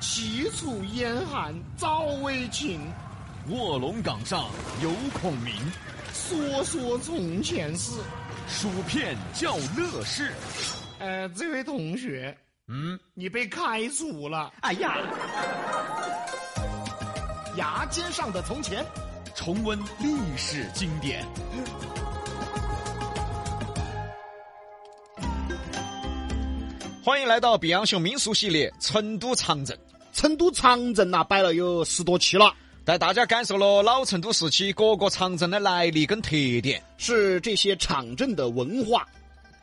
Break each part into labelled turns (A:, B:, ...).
A: 齐楚燕韩赵魏秦，
B: 卧龙岗上有孔明，
A: 说说从前事。
B: 薯片叫乐事。
A: 呃，这位同学，
B: 嗯，
A: 你被开除了。
C: 哎呀，牙尖上的从前，
B: 重温历史经典。
D: 欢迎来到《碧阳秀民俗系列》成都长镇，
C: 成都长镇呐、摆了有十多期了，
D: 带大家感受了老成都市区各个长镇的来历跟特点。
C: 是这些场镇的文化、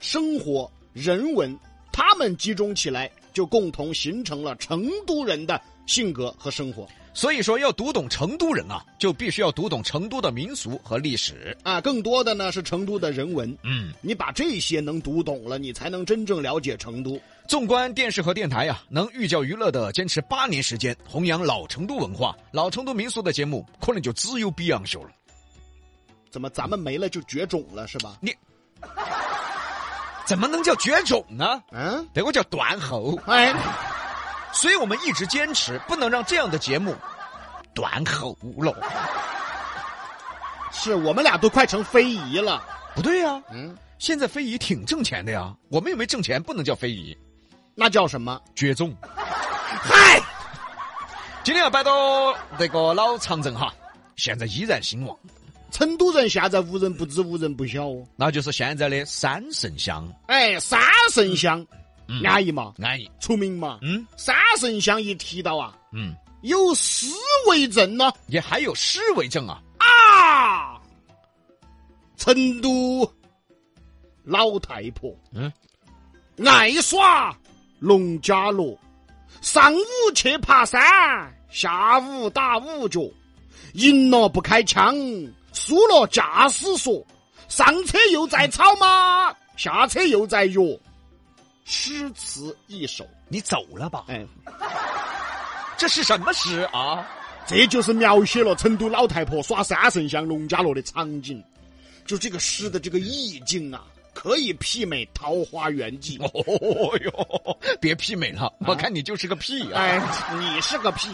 C: 生活、人文，他们集中起来，就共同形成了成都人的性格和生活
D: 所以说，要读懂成都人啊，就必须要读懂成都的民俗和历史。
C: 啊。更多的呢是成都的人文，
D: 嗯，
C: 你把这些能读懂了，你才能真正了解成都。
D: 纵观电视和电台呀、能寓教于乐的坚持八年时间，弘扬老成都文化、老成都民俗的节目，可能就只有《碧阳秀》了。
C: 怎么咱们没了就绝种了是吧？
D: 怎么能叫绝种呢？
C: 嗯，
D: 这个叫断后。
C: 哎，
D: 所以我们一直坚持，不能让这样的节目断后了。
C: 是我们俩都快成非遗了。
D: 不对呀、
C: 嗯，
D: 现在非遗挺挣钱的呀，我们又没挣钱，不能叫非遗，
C: 那叫什么？
D: 绝种。嗨，今天要摆到那个老长城哈，现在依然兴旺，
C: 成都人现在无人不知，无人不晓哦。
D: 那就是现在的三圣乡。
C: 哎，三圣乡，
D: 嗯
C: 安逸嘛，
D: 安逸，
C: 出名嘛。
D: 嗯
C: 三圣乡一提到啊，
D: 嗯，
C: 有诗为证呢
D: 也还有市为证啊，
C: 啊，成都老太婆，
D: 嗯，
C: 爱耍农家乐，上午去爬山，下午打五角，赢了不开枪，输了驾驶说，上车又在吵嘛，下车又在约，诗词一首，
D: 你走了吧，
C: 哎。
D: 这是什么诗啊？
C: 这就是描写了成都老太婆耍三圣乡农家乐的场景，就这个诗的这个意境啊，可以媲美《桃花源记》。
D: 哦哟，别媲美了，我看你就是个屁啊！
C: 哎，你是个屁！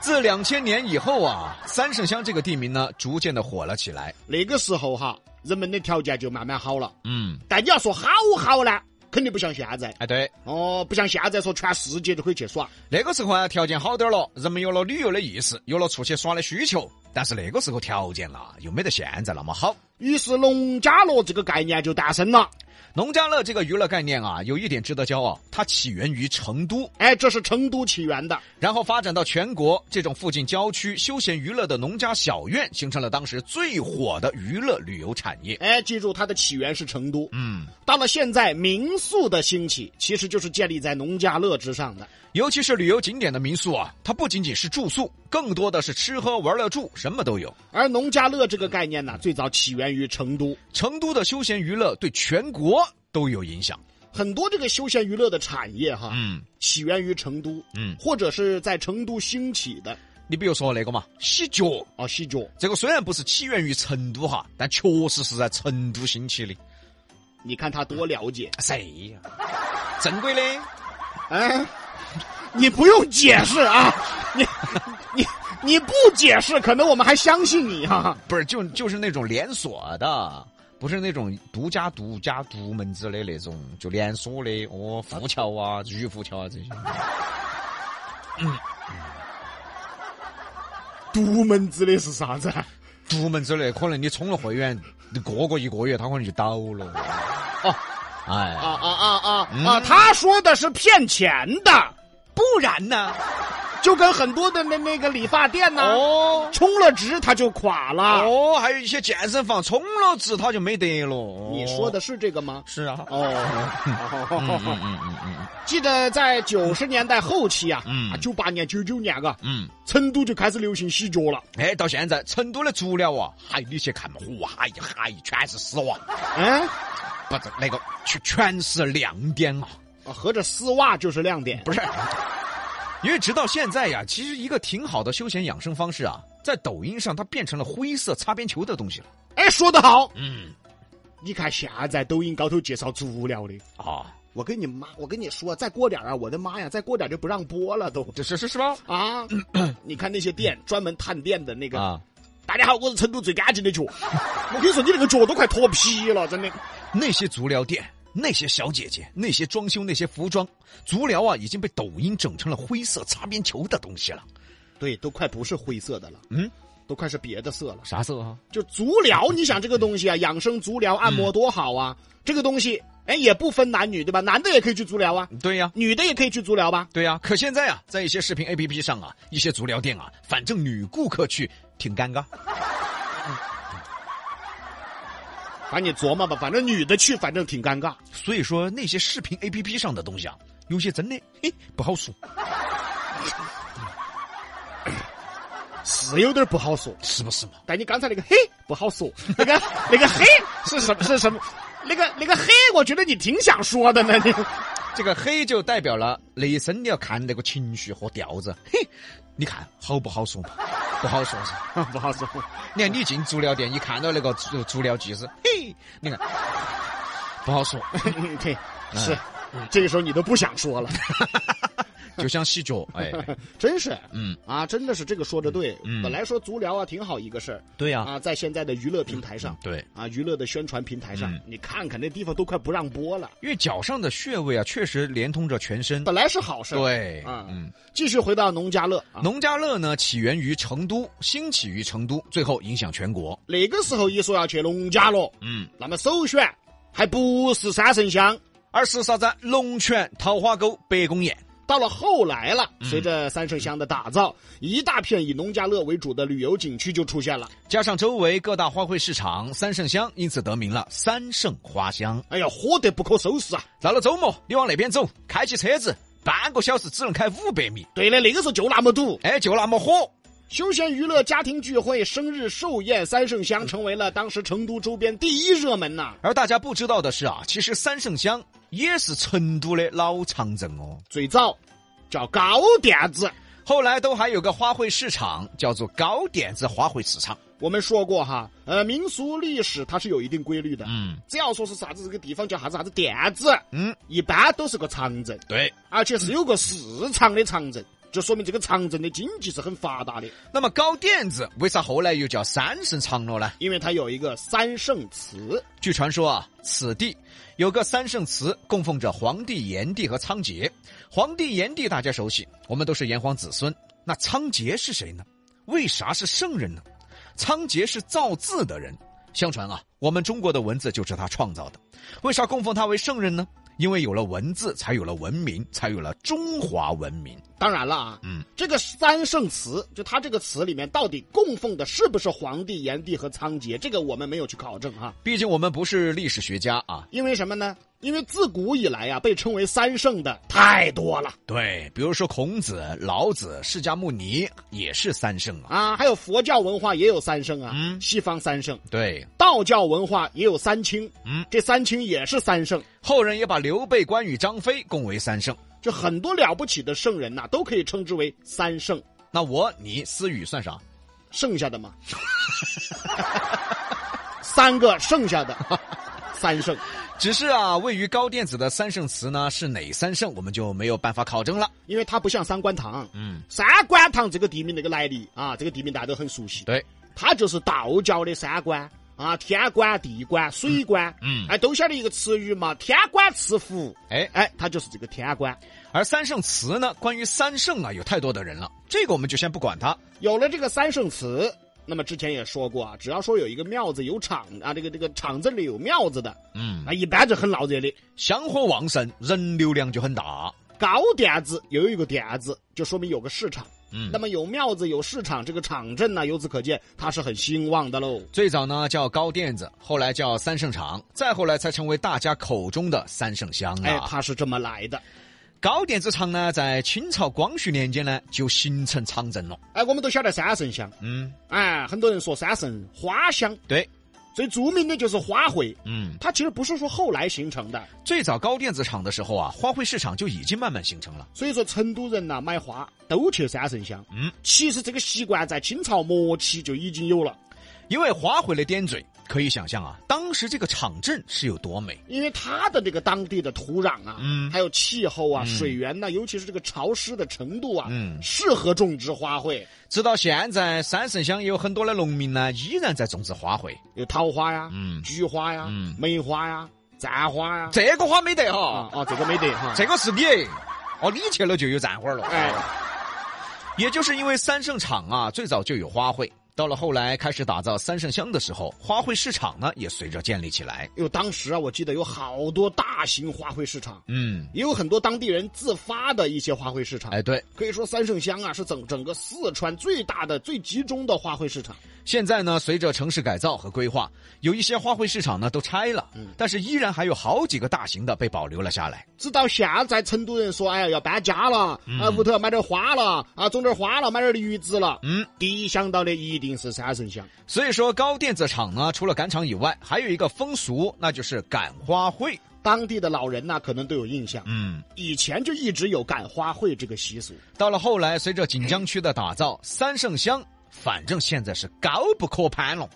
D: 自两千年以后啊，三圣乡这个地名呢，逐渐的火了起来。
C: 那个时候哈，人们的条件就慢慢好了，
D: 嗯，
C: 但你要说好好呢，肯定不像现在
D: 哎对，
C: 哦，不像现在说全世界都可以去耍。
D: 那个时候啊，条件好点儿了，人们有了旅游的意识，有了出去耍的需求。但是那个时候条件啊，又没得现在那么好。
C: 于是农家乐这个概念就诞生了。
D: 农家乐这个娱乐概念啊，有一点值得骄傲，它起源于成都，
C: 哎，这是成都起源的。
D: 然后发展到全国。这种附近郊区休闲娱乐的农家小院，形成了当时最火的娱乐旅游产业。
C: 哎，记住它的起源是成都。
D: 嗯，
C: 到了现在，民宿的兴起其实就是建立在农家乐之上的。
D: 尤其是旅游景点的民宿啊，它不仅仅是住宿，更多的是吃喝玩乐住，什么都有。
C: 而农家乐这个概念
D: 嗯
C: 呢，最早起源于成都，
D: 成都的休闲娱乐对全国都有影响。
C: 很多这个休闲娱乐的产业哈，
D: 嗯
C: 起源于成都，
D: 嗯，
C: 或者是在成都兴起的
D: 你比如说那个嘛，洗脚，
C: 啊，洗脚。
D: 这个虽然不是起源于成都哈，但确实是在成都兴起的。
C: 你看他多了解，
D: 谁呀、正规的，嗯
C: 哎，你不用解释啊，你你你不解释，可能我们还相信你哈、
D: 不是就就是那种连锁的，不是那种独家独家独门子的那种，就连锁的哦，富桥啊、玉富桥啊这些。
C: 独门子的是啥子？
D: 独门之类，可能你充了会员，你过个一个月，他可能就倒了。
C: 哦，啊
D: 哎，
C: 啊啊啊啊！他说的是骗钱的，
D: 不然呢？
C: 就跟很多的那那啊个理发店呢、
D: 哦
C: 充了值它就垮了。
D: 哦，还有一些健身房充了值，他就没得了。
C: 你说的是这个吗？
D: 是啊。
C: 哦，
D: 嗯嗯嗯
C: 记得在九十年代后期啊
D: 嗯，
C: 九八年、九九年啊，
D: 嗯。
C: 成都就开始流行洗脚了。
D: 哎，到现在成都的足疗啊，嗨，你去看嘛，嚯，嗨嗨，全是丝袜，
C: 嗯，
D: 不是那个全全是亮点啊，
C: 啊合着丝袜就是亮点。
D: 不是。 因为直到现在呀，其实一个挺好的休闲养生方式啊，在抖音上它变成了灰色擦边球的东西了。
C: 哎，说得好，
D: 嗯，
C: 你看现在抖音高头介绍足疗的，
D: 啊，
C: 我跟你妈，我跟你说，再过点儿啊，我的妈呀，再过点儿就不让播了都
D: 这是是是吧？
C: 啊！你看那些店专门探店的那个，
D: 啊，
C: 大家好，我是成都最干净的脚。我跟你说，你那个脚都快脱皮了，真的。
D: 那些足疗店，那些小姐姐，那些装修，那些服装，足疗啊，已经被抖音整成了灰色擦边球的东西了。
C: 对，都快不是灰色的了，
D: 嗯，
C: 都快是别的色了。
D: 啥色啊？
C: 就足疗，你想这个东西啊，养生足疗、按摩多好 啊！这个东西，哎，也不分男女，对吧？男的也可以去足疗啊，
D: 对呀、
C: 女的也可以去足疗吧？
D: 对呀、可现在啊，在一些视频 APP 上啊，一些足疗店啊，反正女顾客去挺尴尬。
C: 反正你琢磨吧，反正女的去，反正挺尴尬。
D: 所以说，那些视频 APP 上的东西啊，有些真的嘿不好说，
C: 是有点不好说。
D: 是不是嘛？
C: 但你刚才那个嘿不好说，那个 那个嘿是什么是什么？那个那个嘿，我觉得你挺想说的呢。你
D: 这个黑就代表了内生，你要看那个情绪和调子。嘿，你看好不好说嘛？不好说噻。
C: 不好说，
D: 你看你进足疗店，一看到那个足足疗技师，嘿，你看不好说，
C: 嗯对，
D: 哎
C: 是。这个时候你都不想 说了，
D: 就想洗 脚。哎，
C: 真是，
D: 嗯
C: 啊，真的是这个说的对。
D: 嗯
C: 本来说足疗啊挺好一个事儿
D: 对呀、
C: 啊，在现在的娱乐平台上，
D: 对，
C: 啊，娱乐的宣传平台上，
D: 嗯
C: 你看看那地方都快不让播了，
D: 因为脚上的穴位啊，确实连通着全身。
C: 本来是好事儿。
D: 对，
C: 啊
D: 嗯。
C: 继续回到农家乐啊，
D: 农家乐呢，起源于成都，兴起于成都，最后影响全国。
C: 那个时候一说要去农家乐，
D: 嗯，
C: 那么首选还不是三圣乡，
D: 而是啥子？龙泉、桃花沟、北宫堰。
C: 到了后来了，
D: 嗯
C: 随着三圣乡的打造，一大片以农家乐为主的旅游景区就出现了。
D: 加上周围各大花卉市场，三圣乡因此得名了三圣花乡。
C: 哎呀，火得不可收拾啊！
D: 到了周末，你往那边走，开起车子，半个小时只能开五百米，
C: 对的，那个时候就那么堵。
D: 哎，就那么火。
C: 休闲娱乐、家庭聚会、生日寿宴，三圣乡成为了当时成都周边第一热门呐、
D: 而大家不知道的是啊，其实三圣乡也是成都的老长镇哦。
C: 最早叫高店子，
D: 后来都还有个花卉市场，叫做高点子花卉市场。
C: 我们说过哈，呃，民俗历史它是有一定规律的。
D: 嗯
C: 只要说是啥子这个地方叫啥子啥子店子，
D: 嗯，
C: 一般都是个长镇，
D: 对。
C: 而且是有个市场的长镇，就说明这个长镇的经济是很发达的。
D: 那么高店子为啥后来又叫三圣长乐呢？
C: 因为它有一个三圣祠，
D: 据传说啊，此地有个三圣祠，供奉着黄帝、炎帝和仓颉。黄帝、炎帝大家熟悉，我们都是炎黄子孙。那仓颉是谁呢？为啥是圣人呢？仓颉是造字的人，相传啊，我们中国的文字就是他创造的。为啥供奉他为圣人呢？因为有了文字，才有了文明，才有了中华文明。
C: 当然了啊，
D: 嗯，
C: 这个三圣祠，就它这个祠里面到底供奉的是不是黄帝、炎帝和仓颉，这个我们没有去考证哈。
D: 毕竟我们不是历史学家啊，
C: 因为什么呢？因为自古以来啊，被称为三圣的太多了
D: 对，比如说孔子、老子、释迦牟尼也是三圣啊。
C: 啊，还有佛教文化也有三圣啊，
D: 嗯
C: 西方三圣，
D: 对，
C: 道教文化也有三清，
D: 嗯，
C: 这三清也是三圣，
D: 后人也把刘备、关羽、张飞供为三圣。
C: 就很多了不起的圣人呐、都可以称之为三圣，
D: 那我、你、思雨算啥？
C: 剩下的 嘛，三个剩下的三圣，
D: 只是啊，位于高店子的三圣祠呢，是哪三圣，我们就没有办法考证了。
C: 因为它不像三官堂，
D: 嗯，
C: 三官堂这个地名那个来历啊，这个地名大家都很熟悉，
D: 对，
C: 它就是道教的三官。啊，天官、地官、水官，
D: 嗯嗯
C: 哎，都晓得一个词语嘛，天官赐福，
D: 哎，
C: 哎，它就是这个天官。
D: 而三圣祠呢，关于三圣啊，有太多的人了，这个我们就先不管它。
C: 有了这个三圣祠，那么之前也说过啊，只要说有一个庙子有场啊，这个这个场镇里有庙子的，啊
D: 嗯，
C: 那一般就很闹热的。
D: 香火旺盛，人流量就很大。
C: 高店子也有一个店子，就说明有个市场。
D: 嗯
C: 那么有庙子有市场，这个场镇呢，由此可见它是很兴旺的喽。
D: 最早呢叫高店子，后来叫三圣场，再后来才成为大家口中的三圣乡啊。
C: 哎，它是这么来的。
D: 高店子场呢，在清朝光绪年间呢就形成场镇了。
C: 哎，我们都晓得三圣乡，
D: 嗯，
C: 哎，很多人说三圣花乡，
D: 对，
C: 最著名的就是花卉。
D: 嗯，
C: 它其实不是说后来形成的，
D: 最早高店子场的时候啊，花卉市场就已经慢慢形成了。
C: 所以说成都人呐、买花都去三圣乡。
D: 嗯，
C: 其实这个习惯在清朝末期就已经有了。
D: 因为划毁了滇嘴，可以想象啊，当时这个场镇是有多美。
C: 因为它的这个当地的土壤啊，
D: 嗯
C: 还有气候啊、水源呐、尤其是这个潮湿的程度啊，
D: 嗯
C: 适合种植花卉，
D: 直到现在，三圣乡也有很多的农民呢，依然在种植花卉。
C: 有桃花呀、
D: 嗯
C: 菊花呀、
D: 嗯
C: 梅花呀、簪花呀。
D: 这个花没得
C: 啊
D: 哈，
C: 哦，这个没得哈。
D: 这个是你，哦，你去了就有战花了。
C: 哎，
D: 也就是因为三圣场啊，最早就有花卉，到了后来开始打造三圣乡的时候，花卉市场呢也随着建立起来。
C: 因为当时啊，我记得有好多大型花卉市场，
D: 嗯，
C: 也有很多当地人自发的一些花卉市场。
D: 哎，对，
C: 可以说三圣乡啊是整整个四川最大的、最集中的花卉市场。
D: 现在呢，随着城市改造和规划，有一些花卉市场呢都拆了，但是依然还有好几个大型的被保留了下来。
C: 直到现在，成都人说：“哎呀，要搬家了，
D: 嗯
C: 啊，屋头要买点花了，啊，种点花了，买点绿植了。”
D: 嗯，
C: 第一想到的一定是三圣乡。
D: 所以说，高店子场呢，除了赶场以外，还有一个风俗，那就是赶花卉。
C: 当地的老人呐、可能都有印象，
D: 嗯，
C: 以前就一直有赶花卉这个习俗。
D: 到了后来，随着锦江区的打造，三圣乡反正现在是高不可攀了，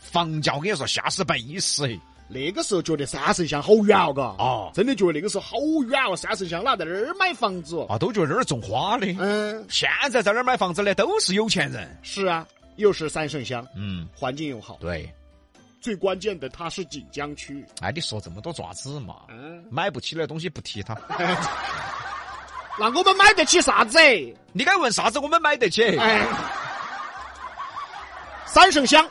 D: 房价我跟你说吓死背死。
C: 那个时候觉得三圣乡好远哦，嘎，
D: 哦
C: 真的觉得那个时候好远哦，三圣乡哪在那儿买房子哦？
D: 啊，都觉得这儿种花的。
C: 嗯，
D: 现在在那儿买房子的都是有钱人。
C: 是啊，又是三圣乡，
D: 嗯，
C: 环境又好，
D: 对，
C: 最关键的它是锦江区。
D: 哎，你说这么多爪子嘛？
C: 嗯，
D: 买不起的东西不提它，
C: 那我们买得起啥子？
D: 你该问啥子？我们买得起。
C: 哎，三圣乡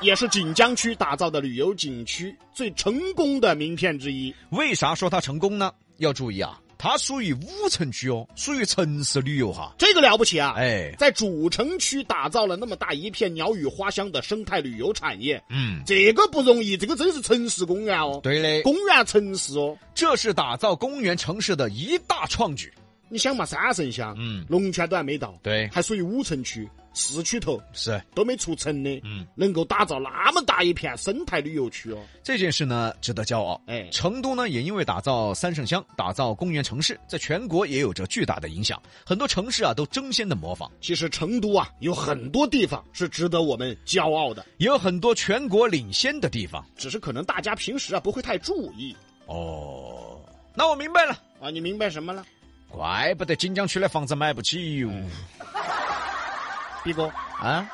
C: 也是锦江区打造的旅游景区最成功的名片之一。
D: 为啥说它成功呢？要注意啊，它属于五城区哦，属于城市旅游哈。
C: 这个了不起啊！
D: 哎，
C: 在主城区打造了那么大一片鸟语花香的生态旅游产业，
D: 嗯，
C: 这个不容易，这个真是城市公园哦，
D: 对嘞，
C: 公园城市哦。
D: 这是打造公园城市的一大创举。
C: 你想嘛，三圣乡，
D: 嗯
C: 龙泉都还没到，
D: 对
C: 还属于五城区、市区头，
D: 是
C: 都没出城的，
D: 嗯，
C: 能够打造那么大一片生态旅游区哦，
D: 这件事呢，值得骄傲。
C: 哎，
D: 成都呢，也因为打造三圣乡、打造公园城市，在全国也有着巨大的影响。很多城市啊，都争先的模仿，
C: 其实成都啊，有很多地方是值得我们骄傲的，
D: 也有很多全国领先的地方。
C: 只是可能大家平时啊不会太注意
D: 哦，那我明白了，
C: 啊，你明白什么了，
D: 怪不得锦江区的房子买不起哟。
C: 毕哥？
D: 啊，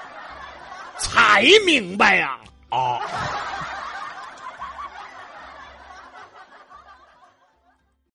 C: 才明白呀、啊
D: 哦，